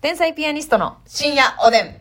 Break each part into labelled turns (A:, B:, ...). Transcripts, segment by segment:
A: 天才ピアニストの
B: 深夜おでん。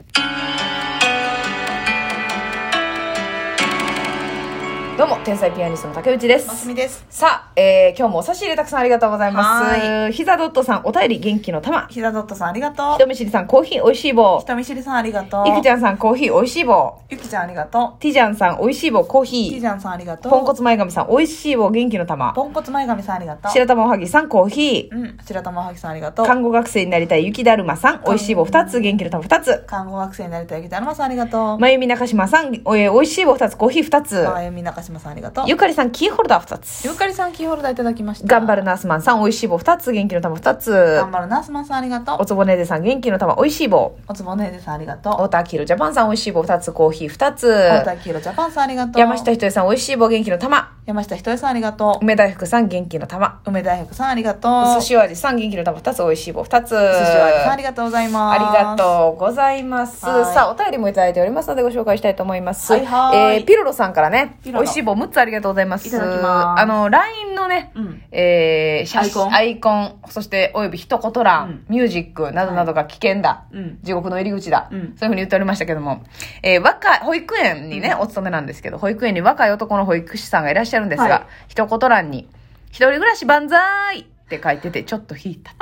A: どうも天才ピアニストの竹内で
B: ます
A: す
B: みです。
A: さあ、えー今日もお差し入れたくさんありがとうございま
B: は
A: すひざドットさんお便り元気の玉
B: ひざドットさんありがと
A: 人見知りさんコーヒーおいしい棒
B: う。人見知りさんありがとう。
A: いくちゃんさんコーヒーおいしい棒
B: ゆきちゃんありがと
A: ティジャンさんおいしい棒コー
B: う。き
A: ヒ
B: じ
A: ー
B: ゃんさんありがとう。
A: ポンコツ前髪さんおいしい棒元気の玉
B: ポンコツ前髪さんありがとう。
A: 白玉おはぎさんコーヒ
B: うん。白玉はぎさんありがと
A: ー
B: う。
A: 看護学生になりたい雪だるまさんおいしい棒2つ元気の玉2つ
B: 看護学生になりたいゆきだるまさんありがとう。
A: まゆみ中島さんおえーおいしい棒2つコーヒー2つ
B: まゆみ中島さんありがとう。
A: ゆかりさんキーホルダー2つ
B: ゆかりさんキーホルダーいただきました。
A: 頑張る。ナースマンさんおいしい棒2つ元気の玉2つ
B: 頑張るナースマンさんありがとう
A: お。つぼねでさん元気の玉おいしい棒
B: おつぼねえでさんありがとう。
A: 太田明宏ジャパンさんおいしい棒2つコーヒー2つ
B: 太田黄色ジャパンさんありがとう。
A: 山下ひとえさんおいしい棒元気の玉
B: 山下ひとえさんありがと
A: 梅大福さん元気の玉
B: う。梅大福さんありがとう。
A: お寿司お味さん元気の玉2つおいしい棒2つ
B: お寿司お味さんありがとうございま
A: あ
B: す。
A: りがとうございます。
B: はい
A: さあ、お便りもいただいておりますのでご紹介したいと思います。
B: はいはい
A: えーピロロさんからね、
B: ピ
A: 美
B: ロロ
A: 味しい棒6つありがとうございます。
B: いただきます
A: あの、LINE のね、
B: うん
A: えー写真
B: アイコン
A: アイコン、そして、および一言欄、
B: うん
A: ミュージックなどなどが危険だ。
B: うん
A: 地獄の入り口だ、
B: うん
A: そういうふうに言っておりましたけども、えー若い、保育園にね、お勤めなんですけど、保育園に若い男の保育士さんがいらっしゃるんですが、
B: はい
A: 一言欄に、一人暮らし万歳って書いてて、ちょっと引いた。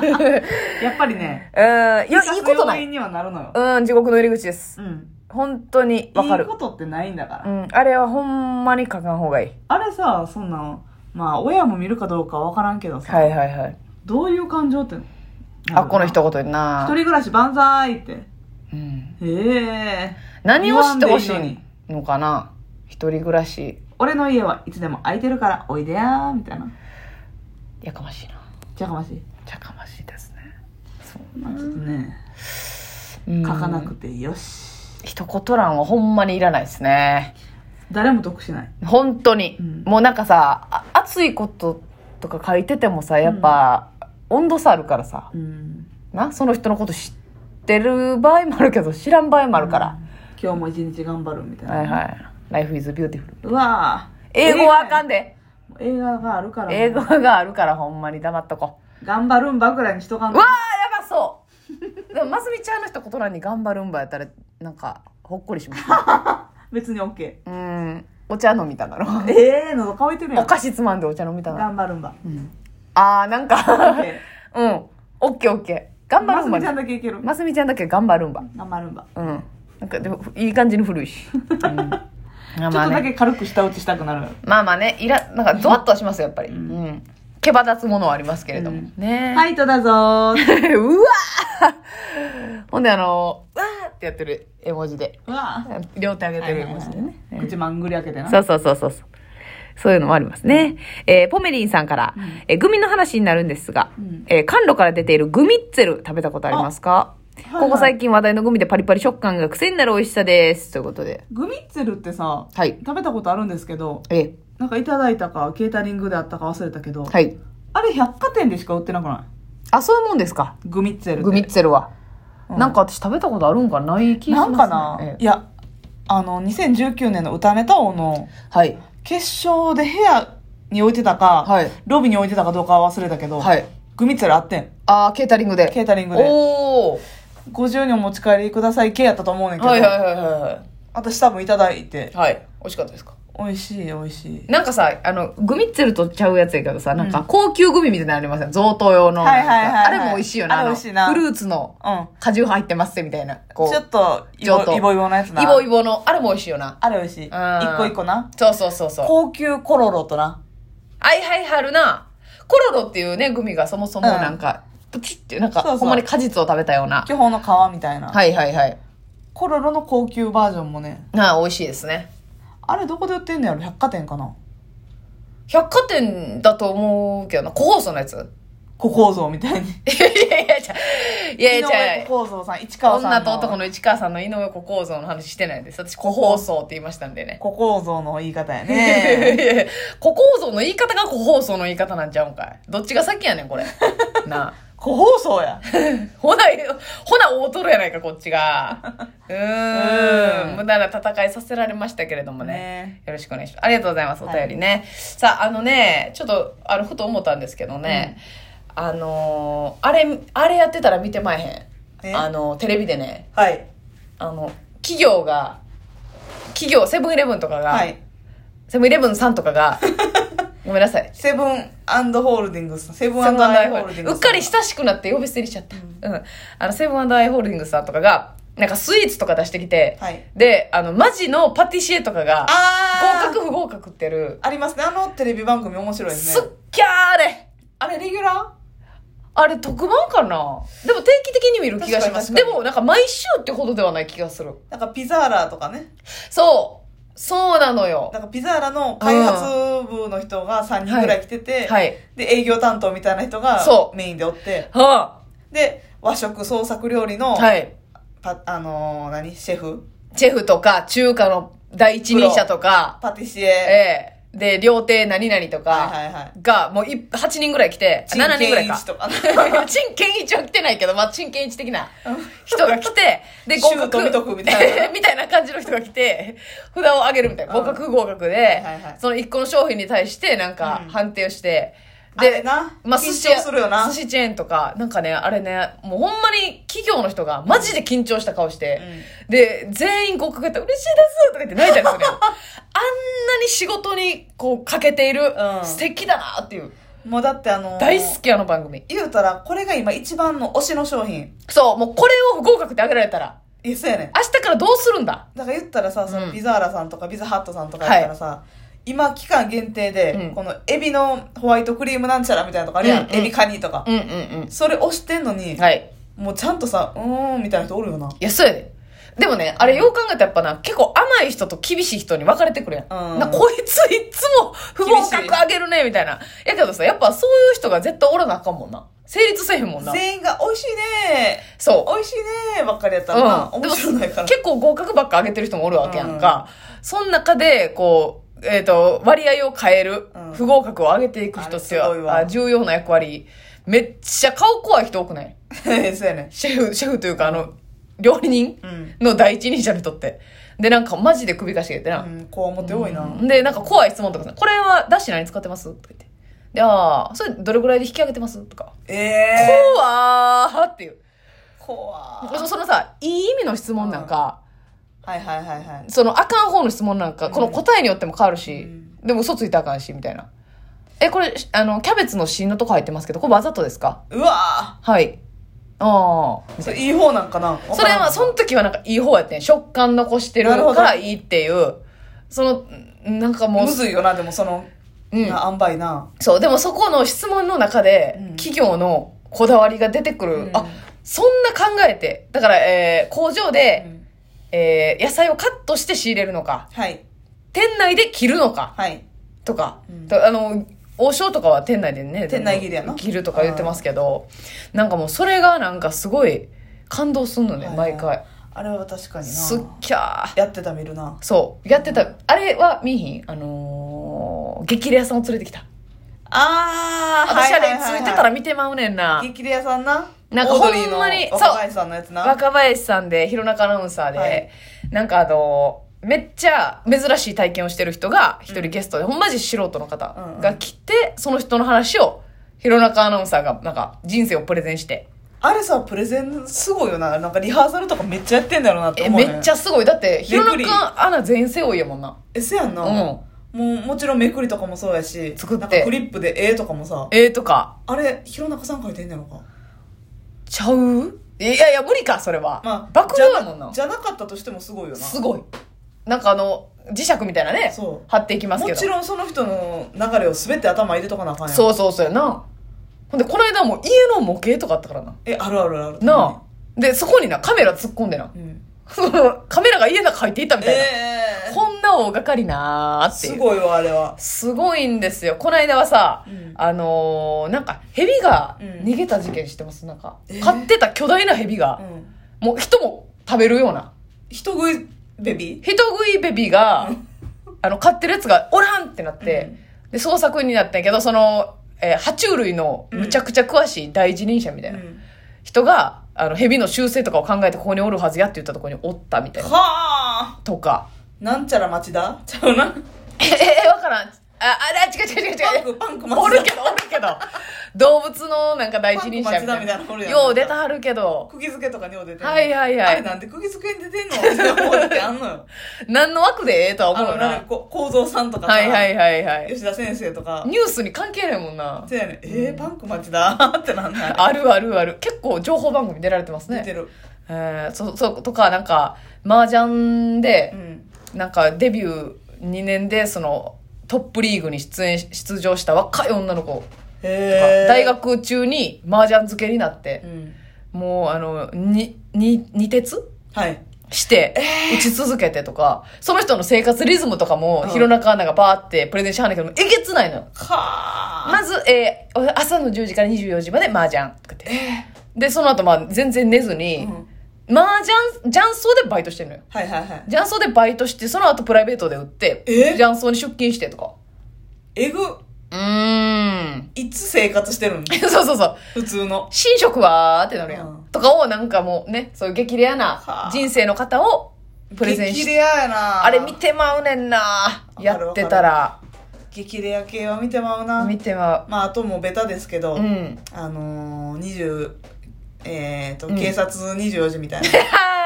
B: やっぱりね、
A: うん、いや、いいことない
B: 必殺要因。にはなるのよ。
A: うん、地獄の入り口です。
B: うん。
A: 本当にわかる
B: いいことってないんだから。
A: うん、あれはほんまに書かん方がいい。
B: あれさ、そんなん、まあ、親も見るかどうかわからんけどさ、
A: はいはいはい。
B: どういう感情ってなるの
A: あ、この。一言に
B: 一
A: な
B: 人。暮らし万歳って。
A: うん、
B: へえ。
A: 何を知ってほし
B: 言わんでいい
A: いのかな一人暮らし、
B: 俺の家はいつでも空いてるから、おいでやー、みたいな。
A: やかましいな。
B: じゃかましい。
A: やかましいですね。
B: まあ、ちょっとね、
A: うん
B: 書かなくてよし。
A: 一言欄はほんまにいらないですね。
B: 誰も得しない。
A: 本当に。
B: うん
A: もうなんかさ、あ熱いこととか書いててもさ、やっぱ、温度差あるからさ、
B: うん。
A: な、その人のこと知ってる場合もあるけど、知らん場合もあるから。
B: 今日も一日頑張るみたいな。
A: はいはい。Life is beautiful.
B: うわー
A: 英語はあかんで。
B: 映画があるから、
A: 英語があるからほんまに黙っとこ
B: 頑張るんばぐらいにしとかん
A: う。
B: と
A: うわーやばそうでもますみちゃんの一言欄に「頑張るんば」やったらなんかほっこりしました
B: 別に OK
A: うんお茶飲みただろ
B: ええー、喉乾いてるや
A: お
B: ん
A: 菓子つまんでお茶飲みただろ、
B: 頑張るんば
A: うん、あーなんか
B: OK
A: うんオッケーオッケー頑張
B: ま
A: る
B: す
A: んば
B: み
A: に
B: ちゃんだけいける
A: ますみちゃんだけ頑張るんば
B: 頑張るんば
A: うんなんかでもいい感じに古い し、うんまあ
B: ちょ
A: まあ
B: っとだ
A: ね
B: け軽く舌打ちしたくなる
A: まあまあねいらなんかゾワッとはしますよやっぱり、うん毛羽立つものはありますけれども、
B: うん
A: ね
B: はいとだぞ ー
A: うわーほんであの、うわーってやってる絵文字で。
B: うわー
A: 両手上げてる絵文字でね。
B: 口まんぐり開けてな
A: そうそうそうそうそう。そういうのもありますね。えーポメリンさんから、えーグミの話になるんですが、
B: うん
A: えー甘露から出ているグミッツェル食べたことありますか
B: はいはい
A: ここ最近話題のグミでパリパリ食感が癖になる美味しさです。ということで。
B: グミッツェルってさ
A: はい。
B: 食べたことあるんですけど
A: えー
B: なんかいただいたかケータリングであったか忘れたけど、
A: はい。
B: あれ百貨店でしか売ってなくない
A: あ、そういうもんですか
B: グミッツェルって
A: グミッツェルは。
B: うん
A: なんか私食べたことあるんかない気がしま
B: な
A: す、
B: ん
A: ね。
B: かな、
A: え
B: いやあの2019年の歌ネタ王の
A: ーはい。
B: 決勝で部屋に置いてたか、
A: はい
B: ロビーに置いてたかどうかは忘れたけど、
A: はい。
B: グミッツェルあってん
A: あーケータリングで。
B: ケータリングで
A: おー。
B: 50人お持ち帰りください系やったと思うねんけど、
A: はいはいはいは
B: 私多分いただいて
A: い。はい。美味しかったですか
B: 美味しい美味しい
A: なんかさ、あの、グミッツェルとちゃうやつやけどさ、なんか高級グミみたいなのありません贈答用の。
B: はいはいはいはい
A: あれも美味しいよな。
B: あれ美味しいな
A: のフルーツの
B: うん
A: 果汁入ってますってみたいな。こ
B: ちょっ
A: う。
B: とイ
A: ちょ
B: ボ
A: っと
B: イボイボのやつな
A: イボイボの、あれも美味しいよな。
B: あれ美味しい一個一個な
A: そうそうそうそう。
B: 高級コロロとな
A: はいはいはるな。コロロっていうね、グミがそもそもなんか、プチってなんか、
B: そうそう
A: ほんまに果実を食べたような。
B: 巨峰の皮みたいな、
A: はいはいはい。
B: コロロの高級バージョンもね
A: なあ、美味しいですね。
B: あれどこで売ってんのやろ百貨店かな
A: 百貨店だと思うけどな。個包装のやつ
B: 小構造みたいに
A: いやいやいや、いやい
B: 井
A: や
B: 上小構造さん市川さんの
A: 女と男の市川さんの井上小構造の話してないんです。私、小放送って言いましたんでね。
B: 小構造の言い方や
A: いや
B: ね
A: いやいや小構造の言い方が小放送の言い方なんちゃうんかい。どっちが先やねん、 これ。なあ。
B: 小放送や
A: ほな、ほな、大トロやないか、こっち が。うー
B: うん
A: ん。無駄な戦いさせられましたけれどもね。
B: ね
A: よろしくお願いします。ありがとうございます、お便りね。さあ、あのね、ちょっと、あの、ふと思ったんですけどね、あのーあれ、あれやってたら見てまえへ
B: え
A: ん。あの、テレビでね、
B: はい。
A: あの、企業が、企業、セブンイレブンとかが、
B: はい。
A: セブンイレブンさんとか が、ごめんなさい。
B: セブンホールディングスさん。セブン
A: セブン
B: ア
A: ア
B: イ
A: イ
B: ホ
A: ホ
B: ー
A: ー
B: ル
A: ル
B: デ
A: ディング
B: ィング
A: ス
B: スさん。
A: うっかり親しくなって呼び捨てにしちゃった。うん。あの、セブンアイホールディングスさんとかが、なんかスイーツとか出してきて、
B: はい
A: で、あの、マジのパティシエとかが、
B: あー
A: 合格不合格ってやる、
B: ありますね。あのテレビ番組面白いです
A: すっ
B: ね。
A: きゃーあれ
B: あれ、レギュラ
A: あれ特番かなでも定期的に見る気がします。
B: 確かに確かに
A: でもなんか毎週ってほどではない気がする。
B: ーなんかピザーラとかね。
A: そうそうなのよ
B: な。んかピザーラの開発部の人が3人ぐらい来てて、
A: はい。
B: で、営業担当みたいな人が
A: そう
B: メインでおって、
A: は
B: で、和食創作料理の、
A: あ、はい。
B: パあのー何シェフ
A: シェフとか中華の第一人者とか、
B: パティシエ、
A: ええで、料亭何々と
B: はい
A: か、
B: はいはい。
A: が、もうい8人ぐらい来て、あ7人ぐらいか
B: 陳。建一とか
A: 陳健一は来てないけど、まあ、陳健一的な 人が来て、で、
B: シ
A: 合
B: ュー
A: 格。
B: 富徳みたい な
A: みたいな感じの人が来て、札を上げるみたいな。
B: うん
A: 合格合格で、
B: はいはい
A: その1個の商品に対して、なんか
B: う、ん
A: 判定をして、
B: あれな、
A: まあ、
B: 緊
A: 寿司
B: 張
A: 屋
B: するよな。
A: 寿司チェーンとか、なんかね、あれね、もうほんまに企業の人がマジで緊張した顔して、で、全員合格やったら嬉しいですとか言って泣いたりするよ。 あんなに仕事にこうかけている、
B: うん
A: 素敵だなっていう。
B: もうだってあのー
A: 大好きあの番組。
B: 言うたら、これが今一番の推しの商品。
A: そう、もうこれを不合格ってあげられたら、
B: いや、そうやねん。
A: 明日からどうするんだ
B: だから言ったらさ、そうの
A: ん
B: ピザーラさんとかビザハットさんとかやったらさ、今期間限定で、
A: うん
B: このエビのホワイトクリームなんちゃらみたいなとかあるやん。
A: うんうん
B: エビカニとか。
A: うんうんう
B: それ押してんのに、
A: ん。はい。
B: もうちゃんとさ、うーんみたいな人おるよな。
A: いや、そうやで。でもね、あれよう考えたらやっぱな、結構甘い人と厳しい人に分かれてくるやん。
B: うん
A: なこいついっつも不合格あげるね、みたいな。やけどさ、やっぱそういう人が絶対おらなあかんもんな。成立せえへんもんな。
B: 全員が美味しいね
A: そう。
B: ー、美味しいねーばっかりやったらな、
A: うん
B: 面白ないから。
A: 結構合格ばっか上げてる人もおるわけやんか。その中で、こう、えっ、と、割合を変える、
B: うん
A: 不合格を上げていく人って
B: あれすごいわ
A: あ重要な役割。めっちゃ顔怖い人多くない
B: そうやね
A: シェフ、シェフというか、あの、料理人
B: ん。うん。
A: の第一人者の人って。で、なんかマジで首かしげてな。
B: うん、こう思って多いな。
A: で、なんか怖い質問とかさ、これはダッシュ何使ってますとか言って。で、ああ、それどれぐらいで引き上げてますとか。
B: ええ
A: 怖ーっていう。
B: ー。怖ー
A: そそのさ、いい意味の質問なんか、
B: はいはいはいはい。
A: そのあかん方の質問なんか、この答えによっても変わるし、
B: うん
A: でも嘘ついたらあかんし、みたいな。え、これ、あの、キャベツの芯のとこ入ってますけど、これわざとですか
B: うわ
A: はい。ああ。
B: ーそれいい方なんかな
A: それは、その時はなんかいい方やってん。食感残してる
B: なるほ
A: か
B: ど
A: らいいっていう、その、んなんかもう
B: む、ずいよな、でもその、
A: うん
B: な、塩梅な。
A: そう、でもそこの質問の中で、
B: うん
A: 企業のこだわりが出てくる。
B: うん
A: あ、そんな考えて。だから、えー工場で、えー野菜をカットして仕入れるのか、
B: はい、
A: 店内で切るのか、
B: はい。
A: とか、
B: うん
A: とあの王将とかは店内でね
B: 店内切りやな
A: 切るとか言ってますけどなんかもうそれがなんかすごい感動すんのね、
B: はい
A: 毎回
B: あれは確かに
A: すっ
B: な。
A: きゃー
B: やってた見るな。
A: そうやってた、あれは見えひんあのー激レアさんを連れてきた
B: あー、
A: 私あれついてたら
B: ら。
A: 見てまうねんな
B: 激レアさんな。
A: なんか
B: オードリー
A: ほんまに
B: の若林さんのやつな。
A: 若林さんで弘中アナウンサーで、
B: はい
A: なんかあのめっちゃ珍しい体験をしてる人が一人ゲストで、ほんまじ素人の方
B: うんうん
A: が来て、その人の話を弘中アナウンサーがなんか人生をプレゼンして
B: あれさ、プレゼンすごいよな。なんかリハーサルとかめっちゃやってんだろうなって
A: え
B: 思う
A: め
B: ね。
A: っちゃすごいだって
B: びっく
A: 弘
B: り
A: 中アナ全世多いやもんな
B: え、せやんな。
A: うん
B: もう、もちろんめくりとかもそうやし、
A: 作って
B: なんかクリップで絵とかもさ、
A: ええとか
B: あれ、弘中さん書いてんねやろか。
A: ちゃういやいや無理かそれは、
B: まあ、
A: 爆
B: じゃ
A: 笑やもんな
B: じゃなかったとしてもすごいよな。
A: すごいなんかあの磁石みたいなね
B: そう
A: 貼っていきますけ
B: も
A: ど
B: ちろんその人の流れを全て頭入れとかなあかんやん。
A: そうそうそうやなほんでこの間も家の模型とかあったからな
B: え、あるあるある。
A: なあでそこになカメラ突っ込んでな
B: うん。
A: カメラが家の中入っていったみたいな、
B: ええ
A: こんな大掛かりなーっていう
B: すごいわ、あれは。
A: すごいんですよ。この間はさ、
B: うん
A: あのーなんか、蛇が
B: うん
A: 逃げた事件知ってますなんか
B: え、ー
A: 飼ってた巨大な蛇
B: う
A: が、
B: ん。
A: もう人も食べるような、
B: 人食いベビ
A: 人食いベビーが、あの、飼ってるやつがおらんってなって、で、捜索になったんやけど、その、えー爬虫類のむちゃくちゃ詳しい第一人者みたい
B: ー
A: な人が、あの、蛇の習性とかを考えてここにおるはずやって言ったところにおったみたいな。
B: はあ
A: とか。
B: なんちゃら町田ちゃうな。
A: え、え、えわからん。あ、あ、違う違う違う
B: パン
A: 違う。
B: ク、パンク
A: お
B: 松
A: る
B: 田
A: け。ど、おるけど。動物のなんか第一人者み
B: パンク松田
A: た
B: み
A: い
B: たいなのおる
A: な。
B: やん
A: よう出たはるけど。
B: 釘付けとかによう出てる
A: はいはいはい
B: あれなんで釘付けに出てんのって思うってあんの よ。
A: 何の枠でええとは
B: あ
A: 思う
B: の、
A: よ
B: なん
A: な
B: か。こ、構造さんとかさ
A: はいはいはいはい。
B: 吉田先生とか。
A: ニュースに関係ないもんな。
B: そうやねんえー、パンク町だってなんない。
A: あるあるある。結構情報番組出られてます
B: 出
A: ね
B: て。る。
A: えー、そ、そう、とか、なんか、麻雀
B: う
A: で、
B: ん。
A: なんかデビュー2年で、その、トップリーグに出演し、出場した若い女の子とか、
B: へー
A: 大。学中に麻雀漬けになって
B: う、ん。
A: もう、あの、に、に、二鉄
B: はい。
A: して、打ち続けてとか、その人の生活リズムとかも、
B: うん
A: 弘中アナがバーってプレゼンしはんねんけども、えげつないのよ。
B: か
A: まず、えーお朝の10時から24時まで麻雀とかって。
B: ー。え
A: で、その後、まあ、全然寝ず
B: ー。
A: に、
B: うん
A: 麻雀、雀荘でバイトしてんのよ。
B: はいはいはい。
A: 雀荘でバイトして、その後プライベートで売って、
B: え
A: 雀荘に出勤してとか。
B: えぐ、
A: うーん。
B: いつ生活してるん
A: そうそうそう。
B: 普通の。
A: 寝食はーってなるやん。
B: うん
A: とかをなんかもうね、そういう激レア
B: は
A: な
B: あ
A: 人生の方をプレゼン
B: 激
A: して、
B: レアやな
A: あれ見てまうねんな
B: わかる
A: やってたら、
B: 激レア系は見てまうな。
A: 見てま
B: まあ、あともうベタですけど、
A: う。うん。
B: あのー、20、えっ、と、
A: うん
B: 警察24時み たいな。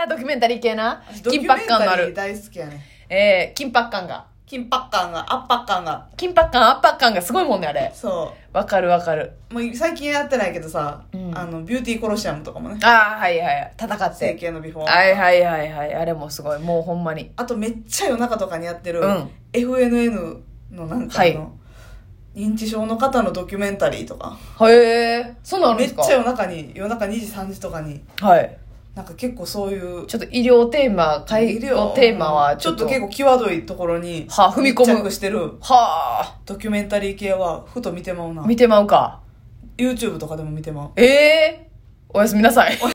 A: ドキュメンタリー系な。
B: ドキ
A: 緊
B: ュメ
A: 迫
B: ンタ
A: 感のあ
B: リー
A: る。
B: 大好きやね。
A: えー、緊迫感が。
B: 緊迫感が、圧迫感が。
A: 緊迫感、圧迫感がすごいもんね、あれ。
B: そ
A: わかるわかる。
B: う。もう最近やってないけどさ、
A: うん
B: あの、ビューティーコロシアムとかもね。
A: ああ、はいはい。戦っ
B: 整
A: て。
B: 形のビフォー。
A: はいはいはいはい。あれもすごい。もうほんまに。
B: あとめっちゃ夜中とかにやってる、
A: うん
B: FNN のなんかあの、
A: は
B: 認知症の方のドキュメンタリーとか。
A: へえ、そうなの
B: め
A: で
B: っ
A: す
B: ち
A: か
B: ゃ夜中に、夜中2時3時とかに、
A: はい。
B: なんか結構そういう、
A: ちょっと医療テーマ、介護テーマは
B: ちょっと結構際どいところに、
A: はあ踏み込む
B: 密着してる
A: は
B: ドキュメンタリー系は、ふと見てまうな
A: あ、。見てまうか。
B: YouTube とかでも見てまう。
A: ええおやすみなさい。